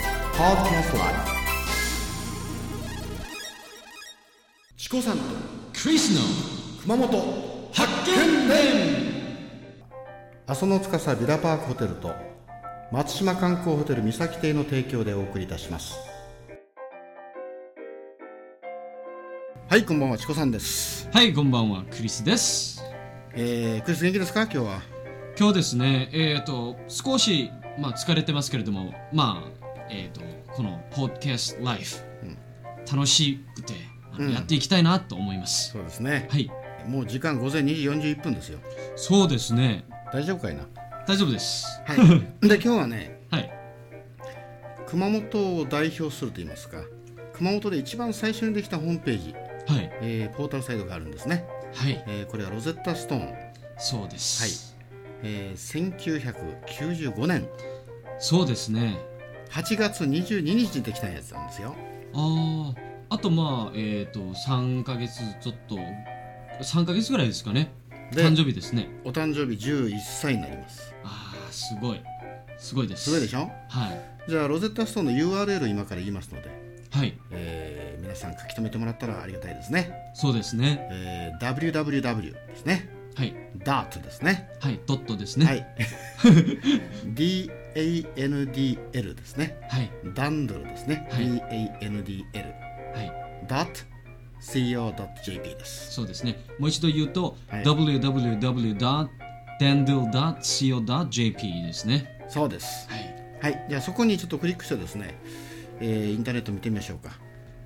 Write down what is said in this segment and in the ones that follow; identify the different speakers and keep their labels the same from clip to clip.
Speaker 1: Podcast Live チコさんとクリスの熊本発見伝阿蘇の司ビラパークホテルと松島観光ホテル三崎邸の提供でお送りいたしますはいこんばんはチコさんです、
Speaker 2: はい、こんばんは、クリスです。
Speaker 1: えー、クリス元気ですか今日は
Speaker 2: 今日ですね、えっ、と、少し、まあ、疲れてますけれども、まあ、えっ、と、このポッドキャストライフ、楽しくて、あの
Speaker 1: うん
Speaker 2: やっていきたいなと思います。
Speaker 1: そうですね
Speaker 2: はい、
Speaker 1: もう時間午前2時41分ですよ
Speaker 2: そうですね、
Speaker 1: 大丈夫かいな
Speaker 2: 大丈夫です。
Speaker 1: はい、 で今日はね
Speaker 2: はい、
Speaker 1: 熊本を代表すると言いますか熊本で一番最初にできたホームページ、
Speaker 2: はい、
Speaker 1: えーポータルサイトがあるんですね、
Speaker 2: はい、
Speaker 1: えーこれはロゼッタストーン、
Speaker 2: そうです。
Speaker 1: えー1995年
Speaker 2: そうですね。
Speaker 1: 8月22日にできたやつなんですよ
Speaker 2: ああ、あと、まあ、えっ、と、3ヶ月ちょっと、3ヶ月ぐらいですかね。
Speaker 1: で
Speaker 2: 誕生日ですね。
Speaker 1: お誕生日11歳になります
Speaker 2: ああ、すごい。すごいです。
Speaker 1: すごいでしょ
Speaker 2: はい、
Speaker 1: じゃあロゼッタストーンの URL を今から言いますので、
Speaker 2: はい、
Speaker 1: えー皆さん書き留めてもらったらありがたいですね、
Speaker 2: そうですね。
Speaker 1: えー www ですね
Speaker 2: はい、
Speaker 1: ダートですね
Speaker 2: はい、ドットですね。
Speaker 1: は
Speaker 2: はい、
Speaker 1: い。DANDL ですね。
Speaker 2: はい、
Speaker 1: ダンドルですね。
Speaker 2: はい
Speaker 1: DANDL。dot .co.jp です。
Speaker 2: そうですね。もう一度言うと、
Speaker 1: はい
Speaker 2: www.dandle.co.jp ですね。
Speaker 1: そうです。
Speaker 2: はい、
Speaker 1: はい。じゃあそこにちょっとクリックしてですね、えーインターネット見てみましょうか。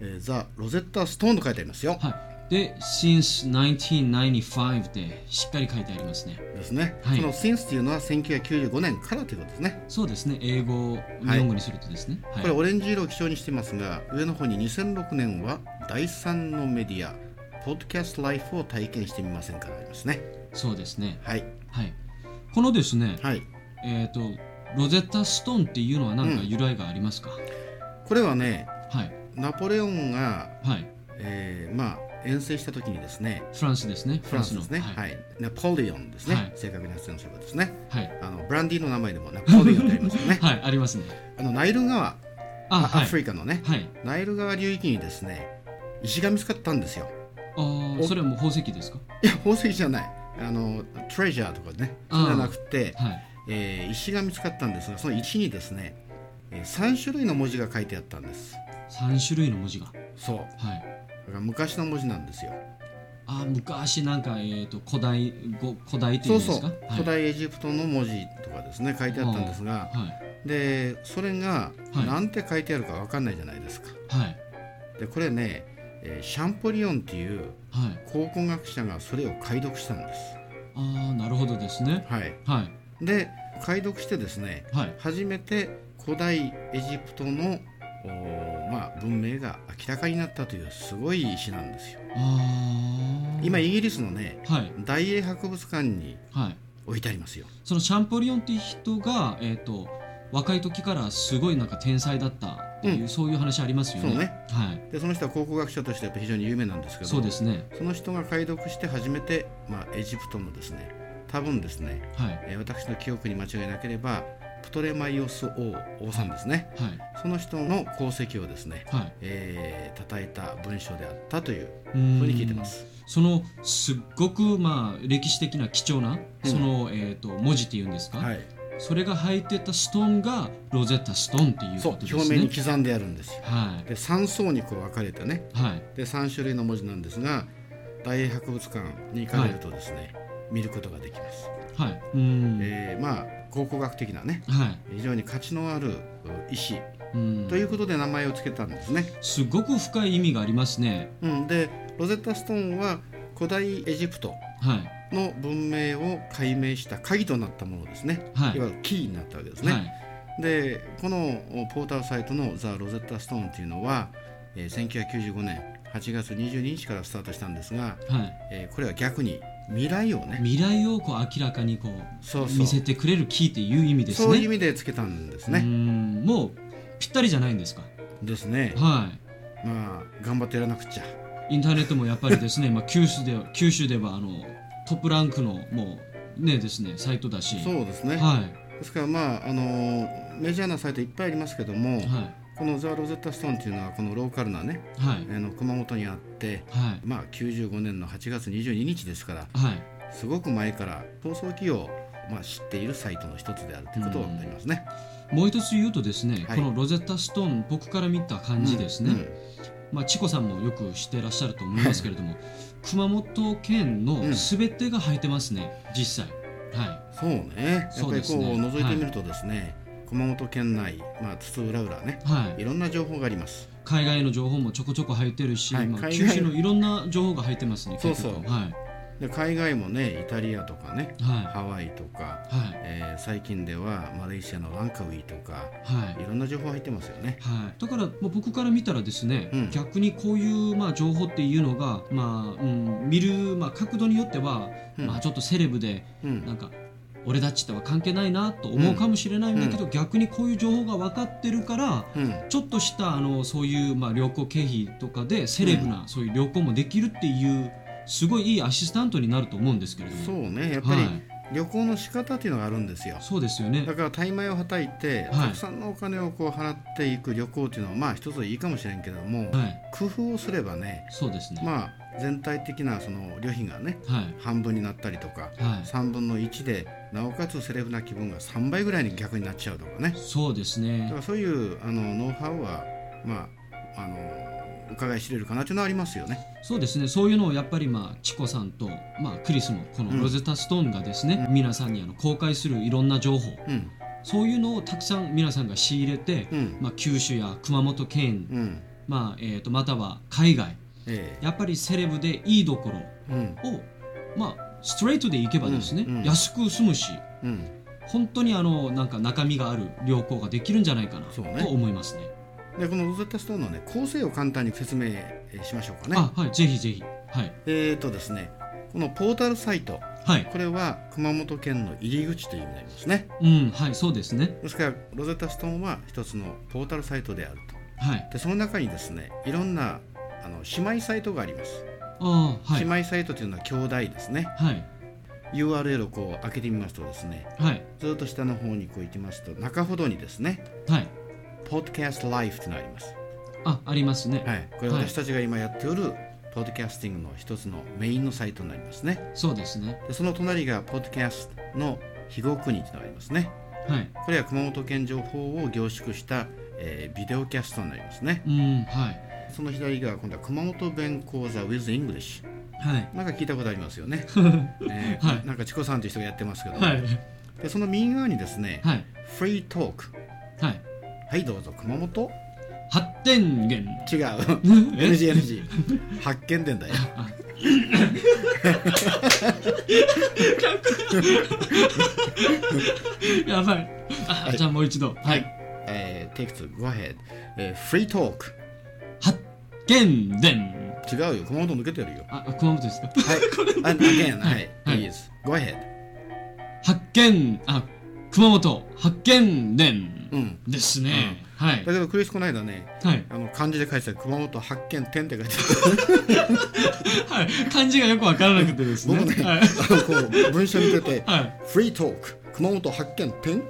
Speaker 1: えー、ザ・ロゼッタ・ストーンと書いてありますよ。
Speaker 2: はい。で、since 1995でしっかり書いてありますね。
Speaker 1: ですね。
Speaker 2: はい
Speaker 1: その since というのは1995年からということですね。
Speaker 2: そうですね。英語を日本語にするとですね。はい。
Speaker 1: これオレンジ色を基調にしていますが上の方に2006年は第3のメディアポッドキャストライフを体験してみませんからありますね
Speaker 2: そうですね。
Speaker 1: はい
Speaker 2: はい。このですね、
Speaker 1: はい
Speaker 2: えっ、と、ロゼッタストーンっていうのは何か由来がありますか、
Speaker 1: これはね
Speaker 2: はい、
Speaker 1: ナポレオンが、
Speaker 2: はい。
Speaker 1: えーまあ遠征した時にですね
Speaker 2: フランスですね。
Speaker 1: フランスですね、
Speaker 2: は。
Speaker 1: はいい、ナポレオンですね、
Speaker 2: はい
Speaker 1: 正確に発音すればですね
Speaker 2: はい。
Speaker 1: あのブランディーの名前でもナポレオンってありますよね
Speaker 2: はい、ありますね。
Speaker 1: あのナイル川
Speaker 2: あ、
Speaker 1: ア
Speaker 2: はい。
Speaker 1: フリカのね、
Speaker 2: はい。
Speaker 1: ナイル川流域にですね石が見つかったんですよ
Speaker 2: ああ、それはもう宝石ですか。
Speaker 1: いや宝石じゃないあのトレジャーとかねそうじゃなくて、
Speaker 2: はい。
Speaker 1: えー石が見つかったんですがその石にですね、え3種類の文字が書いてあったんです
Speaker 2: 三種類の文字が。は
Speaker 1: そうだ
Speaker 2: い。
Speaker 1: から昔の文字なんですよ
Speaker 2: ああ、昔なんか、えっ、と、古代、ご、古代とい
Speaker 1: そううんそ
Speaker 2: で
Speaker 1: う、
Speaker 2: すか。
Speaker 1: 古代エジプトの文字とかですね書いてあったんですが
Speaker 2: はい。
Speaker 1: でそれが
Speaker 2: はい
Speaker 1: 何て書いてあるか分かんないじゃないですか
Speaker 2: はい。はい。
Speaker 1: でこれね、えーシャンポリオンっていう
Speaker 2: はい。
Speaker 1: 考古学者がそれを解読したんです
Speaker 2: ああ、なるほどですね。
Speaker 1: はい
Speaker 2: はい。
Speaker 1: で解読してですね
Speaker 2: はい。
Speaker 1: 初めて古代エジプトのおーまあ、文明が明らかになったというすごい石なんですよ
Speaker 2: ああ。
Speaker 1: 今。イギリスのね
Speaker 2: はい。
Speaker 1: 大英博物館に
Speaker 2: はい。
Speaker 1: 置いてありますよ
Speaker 2: そのシャンポリオンっていう人が、えっ、と。若い時からすごいなんか天才だったっていう、そういう話ありますよね。
Speaker 1: そうね
Speaker 2: はい。
Speaker 1: でその人は考古学者としてやっぱ非常に有名なんですけど
Speaker 2: そうですね。
Speaker 1: その人が解読して初めて、まあ、エジプトのですね多分ですね、
Speaker 2: はい。
Speaker 1: えー私の記憶に間違いなければプトレマイオス王王さんですね
Speaker 2: はい。
Speaker 1: その人の功績をですね、
Speaker 2: はい。
Speaker 1: えー、称えた文章であったという
Speaker 2: う
Speaker 1: ふ
Speaker 2: ん
Speaker 1: うに聞いてます。
Speaker 2: そのすっごくまあ歴史的な貴重な
Speaker 1: うん
Speaker 2: その、えー、と文字っていうんですか、
Speaker 1: はい、
Speaker 2: それが入ってたストーンがロゼッタストーンっていう
Speaker 1: そう
Speaker 2: ことですね。
Speaker 1: 表面に刻んであるんですよ
Speaker 2: は
Speaker 1: で3層にこう分かれてね
Speaker 2: いはい
Speaker 1: で3種類の文字なんですが大英博物館に行かれるとですね、見ることができます、
Speaker 2: はいうん、
Speaker 1: えーまあ考古学的なね
Speaker 2: はい
Speaker 1: 非常に価値のあるう石
Speaker 2: うん
Speaker 1: ということで名前を付けたんですね、
Speaker 2: すごく深い意味がありますね。
Speaker 1: うん、でロゼッタストーンは古代エジプト
Speaker 2: はい
Speaker 1: の文明を解明した鍵となったものですね、、
Speaker 2: はいい
Speaker 1: わゆるキーになったわけですね、
Speaker 2: はい
Speaker 1: でこのポータルサイトの「ザ・ロゼッタ・ストーン」というのは、えー1995年8月22日からスタートしたんですが、
Speaker 2: はい
Speaker 1: えーこれは逆に未来をね
Speaker 2: 未来をこう明らかにこう
Speaker 1: そうそう
Speaker 2: 見せてくれるキーっていう意味ですね。
Speaker 1: そういう意味でつけたんです
Speaker 2: う
Speaker 1: ね。
Speaker 2: んもうぴったりじゃないんですか。
Speaker 1: ですね。
Speaker 2: はい。
Speaker 1: まあ頑張ってやらなくちゃ。
Speaker 2: インターネットもやっぱりですね、まあ、九州では九州ではあのトップランクのもうねですねサイトだし
Speaker 1: そうですね。
Speaker 2: は
Speaker 1: ですからまああのーメジャーなサイトいっぱいありますけども、
Speaker 2: いは
Speaker 1: このザ・ロゼッタ・ストーンっていうのはこのローカルなね
Speaker 2: はい
Speaker 1: あの熊本にあって
Speaker 2: はい
Speaker 1: まあ95年の8月22日ですから
Speaker 2: はい
Speaker 1: すごく前から放送機を、まあ、知っているサイトの一つであるということになりますね。
Speaker 2: もう一つ言うとですね、
Speaker 1: はい
Speaker 2: このロゼッタストーン僕から見た感じですね、
Speaker 1: うん
Speaker 2: まあ、チコさんもよく知ってらっしゃると思いますけれども熊本県のすべてが生えてますね、実際は
Speaker 1: そうねやっ
Speaker 2: そ
Speaker 1: ぱ
Speaker 2: う
Speaker 1: り
Speaker 2: です
Speaker 1: こう
Speaker 2: ね
Speaker 1: 覗いてみるとですね、熊本県内、まあ、津々浦々ね
Speaker 2: い、はい、
Speaker 1: いろんな情報があります。
Speaker 2: 海外の情報もちょこちょこ入ってるし、
Speaker 1: はい
Speaker 2: まあ、
Speaker 1: 海
Speaker 2: 九
Speaker 1: 外
Speaker 2: 州のいろんな情報が入ってますね
Speaker 1: そう
Speaker 2: 結
Speaker 1: そう
Speaker 2: 局は
Speaker 1: で海外もねイタリアとかね
Speaker 2: いは
Speaker 1: ハワイとか、
Speaker 2: いはい
Speaker 1: えー最近ではマレーシアのランカウイとか
Speaker 2: はい
Speaker 1: いろんな情報入ってますよね。
Speaker 2: はい、だから、まあ、僕から見たらですね、
Speaker 1: うん
Speaker 2: 逆にこういう、まあ、情報っていうのが、まあうん、見る、まあ、角度によっては、
Speaker 1: うん
Speaker 2: まあ、ちょっとセレブで
Speaker 1: うん
Speaker 2: なんか俺たちとは関係ないなと思うかもしれないんだけど、逆にこういう情報が分かってるから
Speaker 1: うん
Speaker 2: ちょっとしたあのそういう、まあ、旅行経費とかでセレブな、そういう旅行もできるっていうすごいいいアシスタントになると思うんですけれども
Speaker 1: そうねやっぱ
Speaker 2: は
Speaker 1: り
Speaker 2: い、
Speaker 1: 旅行の仕方っていうのがあるんですよ。
Speaker 2: そうですよね
Speaker 1: だから大枚をはたいて、
Speaker 2: はい
Speaker 1: たくさんのお金をこう払っていく旅行っていうのはまあ一ついいかもしれんけども、
Speaker 2: はい
Speaker 1: 工夫をすればね
Speaker 2: そうですね、
Speaker 1: まあ全体的なその旅費がね
Speaker 2: はい
Speaker 1: 半分になったりとか
Speaker 2: はい
Speaker 1: 3分の1でなおかつセレブな気分が3倍ぐらいに逆になっちゃうとかね
Speaker 2: そうです
Speaker 1: だ
Speaker 2: ね
Speaker 1: からそういうあのノウハウはまああの伺い知れるかなというのはありますよね。
Speaker 2: そうですねそういうのをやっぱりまあチコさんと、まあ、クリスもこのロゼタ・ストーンがですね、皆さんにあの公開するいろんな情報
Speaker 1: うん
Speaker 2: そういうのをたくさん皆さんが仕入れて、
Speaker 1: うん
Speaker 2: まあ、九州や熊本県、
Speaker 1: うん
Speaker 2: まあえー、とまたは海外
Speaker 1: え
Speaker 2: やっぱりセレブでいいところ
Speaker 1: えうん
Speaker 2: を、まあ、ストレートで行けばですね、
Speaker 1: うんうん
Speaker 2: 安く済むし
Speaker 1: うん、
Speaker 2: 本当にあのなんか中身がある旅行ができるんじゃないかな
Speaker 1: そ
Speaker 2: と
Speaker 1: うね
Speaker 2: 思いますね。
Speaker 1: でこのロゼッタストーンのね構成を簡単に説明しましょうかね。
Speaker 2: あはいぜひぜひはい
Speaker 1: えーとですね、このポータルサイト、
Speaker 2: はい
Speaker 1: これは熊本県の入り口という意味になりますね。
Speaker 2: うんはいそうですね
Speaker 1: ですから、ロゼッタストーンは一つのポータルサイトである
Speaker 2: はい
Speaker 1: と。で、その中にですね、いろんなあの姉妹サイトがあります。
Speaker 2: あーはい
Speaker 1: 姉妹サイトというのは兄弟ですね。
Speaker 2: はい
Speaker 1: URL をこう開けてみますとですね、
Speaker 2: はい
Speaker 1: ずっと下の方にこう行きますと、中ほどにですね、
Speaker 2: はい
Speaker 1: ポッドキャストライフというのがあります。
Speaker 2: あありますね、
Speaker 1: はい、これ
Speaker 2: はい
Speaker 1: 私たちが今やっておる、ポッドキャスティングの一つのメインのサイトになりますね。
Speaker 2: そうですね
Speaker 1: でその隣がポッドキャストの肥後国となりますね
Speaker 2: はい
Speaker 1: これは熊本県情報を凝縮した、えービデオキャストになりますね
Speaker 2: うんはい
Speaker 1: その左側今度は熊本弁講座 with English
Speaker 2: はい
Speaker 1: なんか聞いたことありますよ ね、えー
Speaker 2: はい
Speaker 1: なんかチコさんという人がやってますけども、
Speaker 2: はい
Speaker 1: でその右側にですね、
Speaker 2: はい
Speaker 1: フリートーク
Speaker 2: はい
Speaker 1: はいどうぞ熊本
Speaker 2: 発展 源
Speaker 1: 違 う NGNG 発見伝だよ
Speaker 2: やばいあ、じゃあもう一度はい、
Speaker 1: えー、take two go ahead、えー、フリートーク
Speaker 2: 発見伝
Speaker 1: 違うよ熊本抜けてるよ
Speaker 2: ああ熊本ですか
Speaker 1: はい、あ、again はい、
Speaker 2: はい
Speaker 1: please go ahead
Speaker 2: 発見あ熊本発見伝
Speaker 1: うん
Speaker 2: ですね、は
Speaker 1: だ
Speaker 2: い
Speaker 1: けどクリスこの間ね
Speaker 2: はい、
Speaker 1: あの漢字で書いてた熊本発見点って書いて
Speaker 2: はい、漢字がよくわからなくてですね
Speaker 1: 僕ね
Speaker 2: はい、
Speaker 1: たあのこう文章見てて
Speaker 2: はい
Speaker 1: 「フリートーク熊本発見 点」な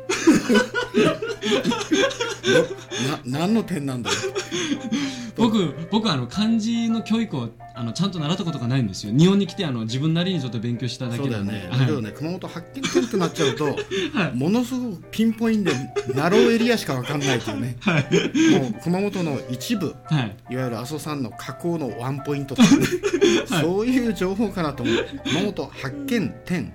Speaker 1: 何の点なんだよ
Speaker 2: 僕僕あの漢字の教育をあのちゃんと習ったことがないんですよ日本に来てあの自分なりにちょっと勉強しただ
Speaker 1: そ
Speaker 2: け
Speaker 1: うだよ
Speaker 2: なんで
Speaker 1: ね
Speaker 2: は
Speaker 1: だけ
Speaker 2: い
Speaker 1: どね熊本発見点ってなっちゃうとものすごくピンポイントでナローエリアしか分かんないというねもう熊本の一部
Speaker 2: はい
Speaker 1: いわゆる阿蘇山の火口のワンポイントと かね、そういう情報かなと思う熊本発見 点こ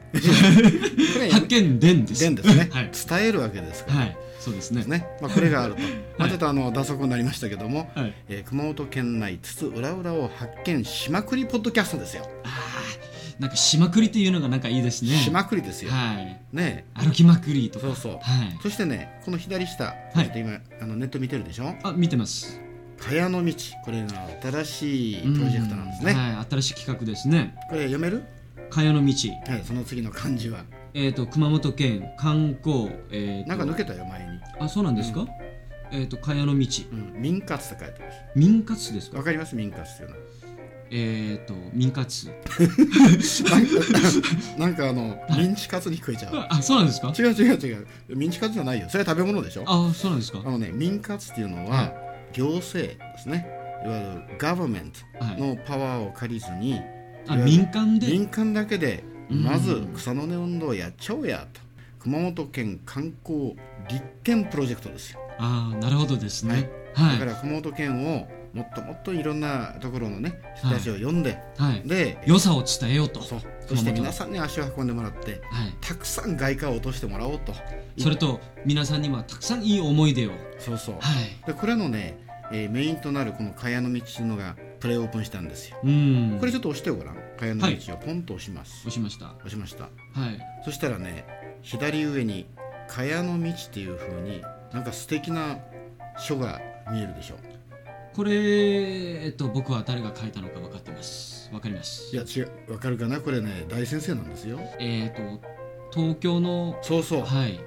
Speaker 1: れ
Speaker 2: 発見伝です
Speaker 1: 伝ですね、
Speaker 2: はい、
Speaker 1: 伝えるわけですから
Speaker 2: はい、そうですね
Speaker 1: ね、まあ、これがあると、まあ、ちょっとあの打足になりましたけども、
Speaker 2: はい
Speaker 1: えー熊本県内津々浦々を発見しまくりポッドキャストですよ、
Speaker 2: なんかしまくりっていうのがなんかいいですね
Speaker 1: しまくりですよ、
Speaker 2: はい
Speaker 1: ね
Speaker 2: 歩きまくりとか
Speaker 1: そうそう
Speaker 2: はい
Speaker 1: そしてねこの左下、
Speaker 2: い
Speaker 1: ちょっと今あのネット見てるでしょ
Speaker 2: あ見てます
Speaker 1: 茅の道これが新しいプロジェクトなんですね、
Speaker 2: うはい、新しい企画ですね
Speaker 1: これ読める、
Speaker 2: 茅の道
Speaker 1: はい、その次の漢字は
Speaker 2: えっ、と熊本県観光えーと
Speaker 1: なんか抜けたよ前に、
Speaker 2: あそうなんですか、えっ、と茅の道
Speaker 1: うん、民活って書いてます
Speaker 2: 民活ですか
Speaker 1: わかります民活っていうのは
Speaker 2: えっ、と民活
Speaker 1: なんかあのミンチカツに聞こえちゃう
Speaker 2: ああそうなんですか
Speaker 1: 違う違う違うミンチカツじゃないよそれは食べ物でしょ
Speaker 2: あそうなんですか
Speaker 1: あのね、民活っていうのは、行政ですねいわゆる government
Speaker 2: はい
Speaker 1: のパワーを借りずに、
Speaker 2: あ民間で
Speaker 1: 民間だけで
Speaker 2: うん
Speaker 1: まず草の根運動やっちゃおうやと熊本県観光立県プロジェクトですよ、
Speaker 2: ああなるほどですねはい
Speaker 1: だから熊本県をもっともっといろんなところのね人たちを呼んで、
Speaker 2: はい
Speaker 1: で
Speaker 2: 良さを伝えようと
Speaker 1: そうそ
Speaker 2: 熊
Speaker 1: して
Speaker 2: 本
Speaker 1: 皆さんに足を運んでもらって
Speaker 2: はい
Speaker 1: たくさん外貨を落としてもらおうと
Speaker 2: それと皆さんにはたくさんいい思い出をは
Speaker 1: そうそう
Speaker 2: い
Speaker 1: でこれのね、えーメインとなるこの茅の道というのがプレオープンしたんですよ
Speaker 2: うん
Speaker 1: これちょっと押してごらん茅の道をポンと押します、
Speaker 2: 押しましたは
Speaker 1: 押しました
Speaker 2: い
Speaker 1: そしたらね左上に「茅の道」っていう風になんか素敵な書が見えるでしょ
Speaker 2: これえっと僕は誰が書いたのか分かってます分かります
Speaker 1: いや違うわかるかなこれね大先生なんですよ
Speaker 2: えっと東京の
Speaker 1: そうそう
Speaker 2: はい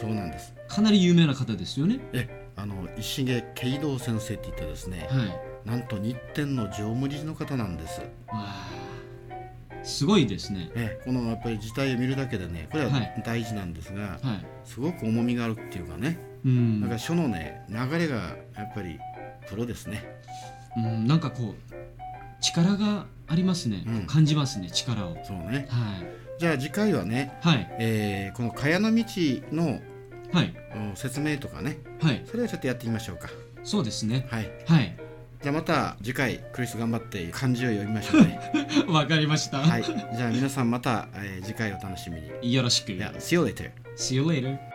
Speaker 1: そうなんです
Speaker 2: かなり有名な方ですよね
Speaker 1: えあの石毛慶道先生って言ってですね
Speaker 2: はい
Speaker 1: なんと日展の常務理事の方なんです
Speaker 2: わあすごいですね
Speaker 1: えこのやっぱり字体を見るだけでねこれは
Speaker 2: はい
Speaker 1: 大事なんですが、
Speaker 2: はい
Speaker 1: すごく重みがあるっていうかね、
Speaker 2: うん
Speaker 1: なんか書のね流れがやっぱりプロですね
Speaker 2: うん、なんかこう力がありますね、
Speaker 1: うん
Speaker 2: 感じますね力をはい
Speaker 1: そうねじゃあ次回はね、
Speaker 2: はい
Speaker 1: えーこの茅の道の
Speaker 2: はい
Speaker 1: うん説明とかね
Speaker 2: はい
Speaker 1: それをちょっとやってみましょうか
Speaker 2: そうですね
Speaker 1: はい
Speaker 2: はい
Speaker 1: じゃあまた次回クリス頑張って漢字を読みましょうね
Speaker 2: わかりました、
Speaker 1: はいじゃあ皆さんまた、えー次回お楽しみに
Speaker 2: よろしく
Speaker 1: いや See you later
Speaker 2: See you later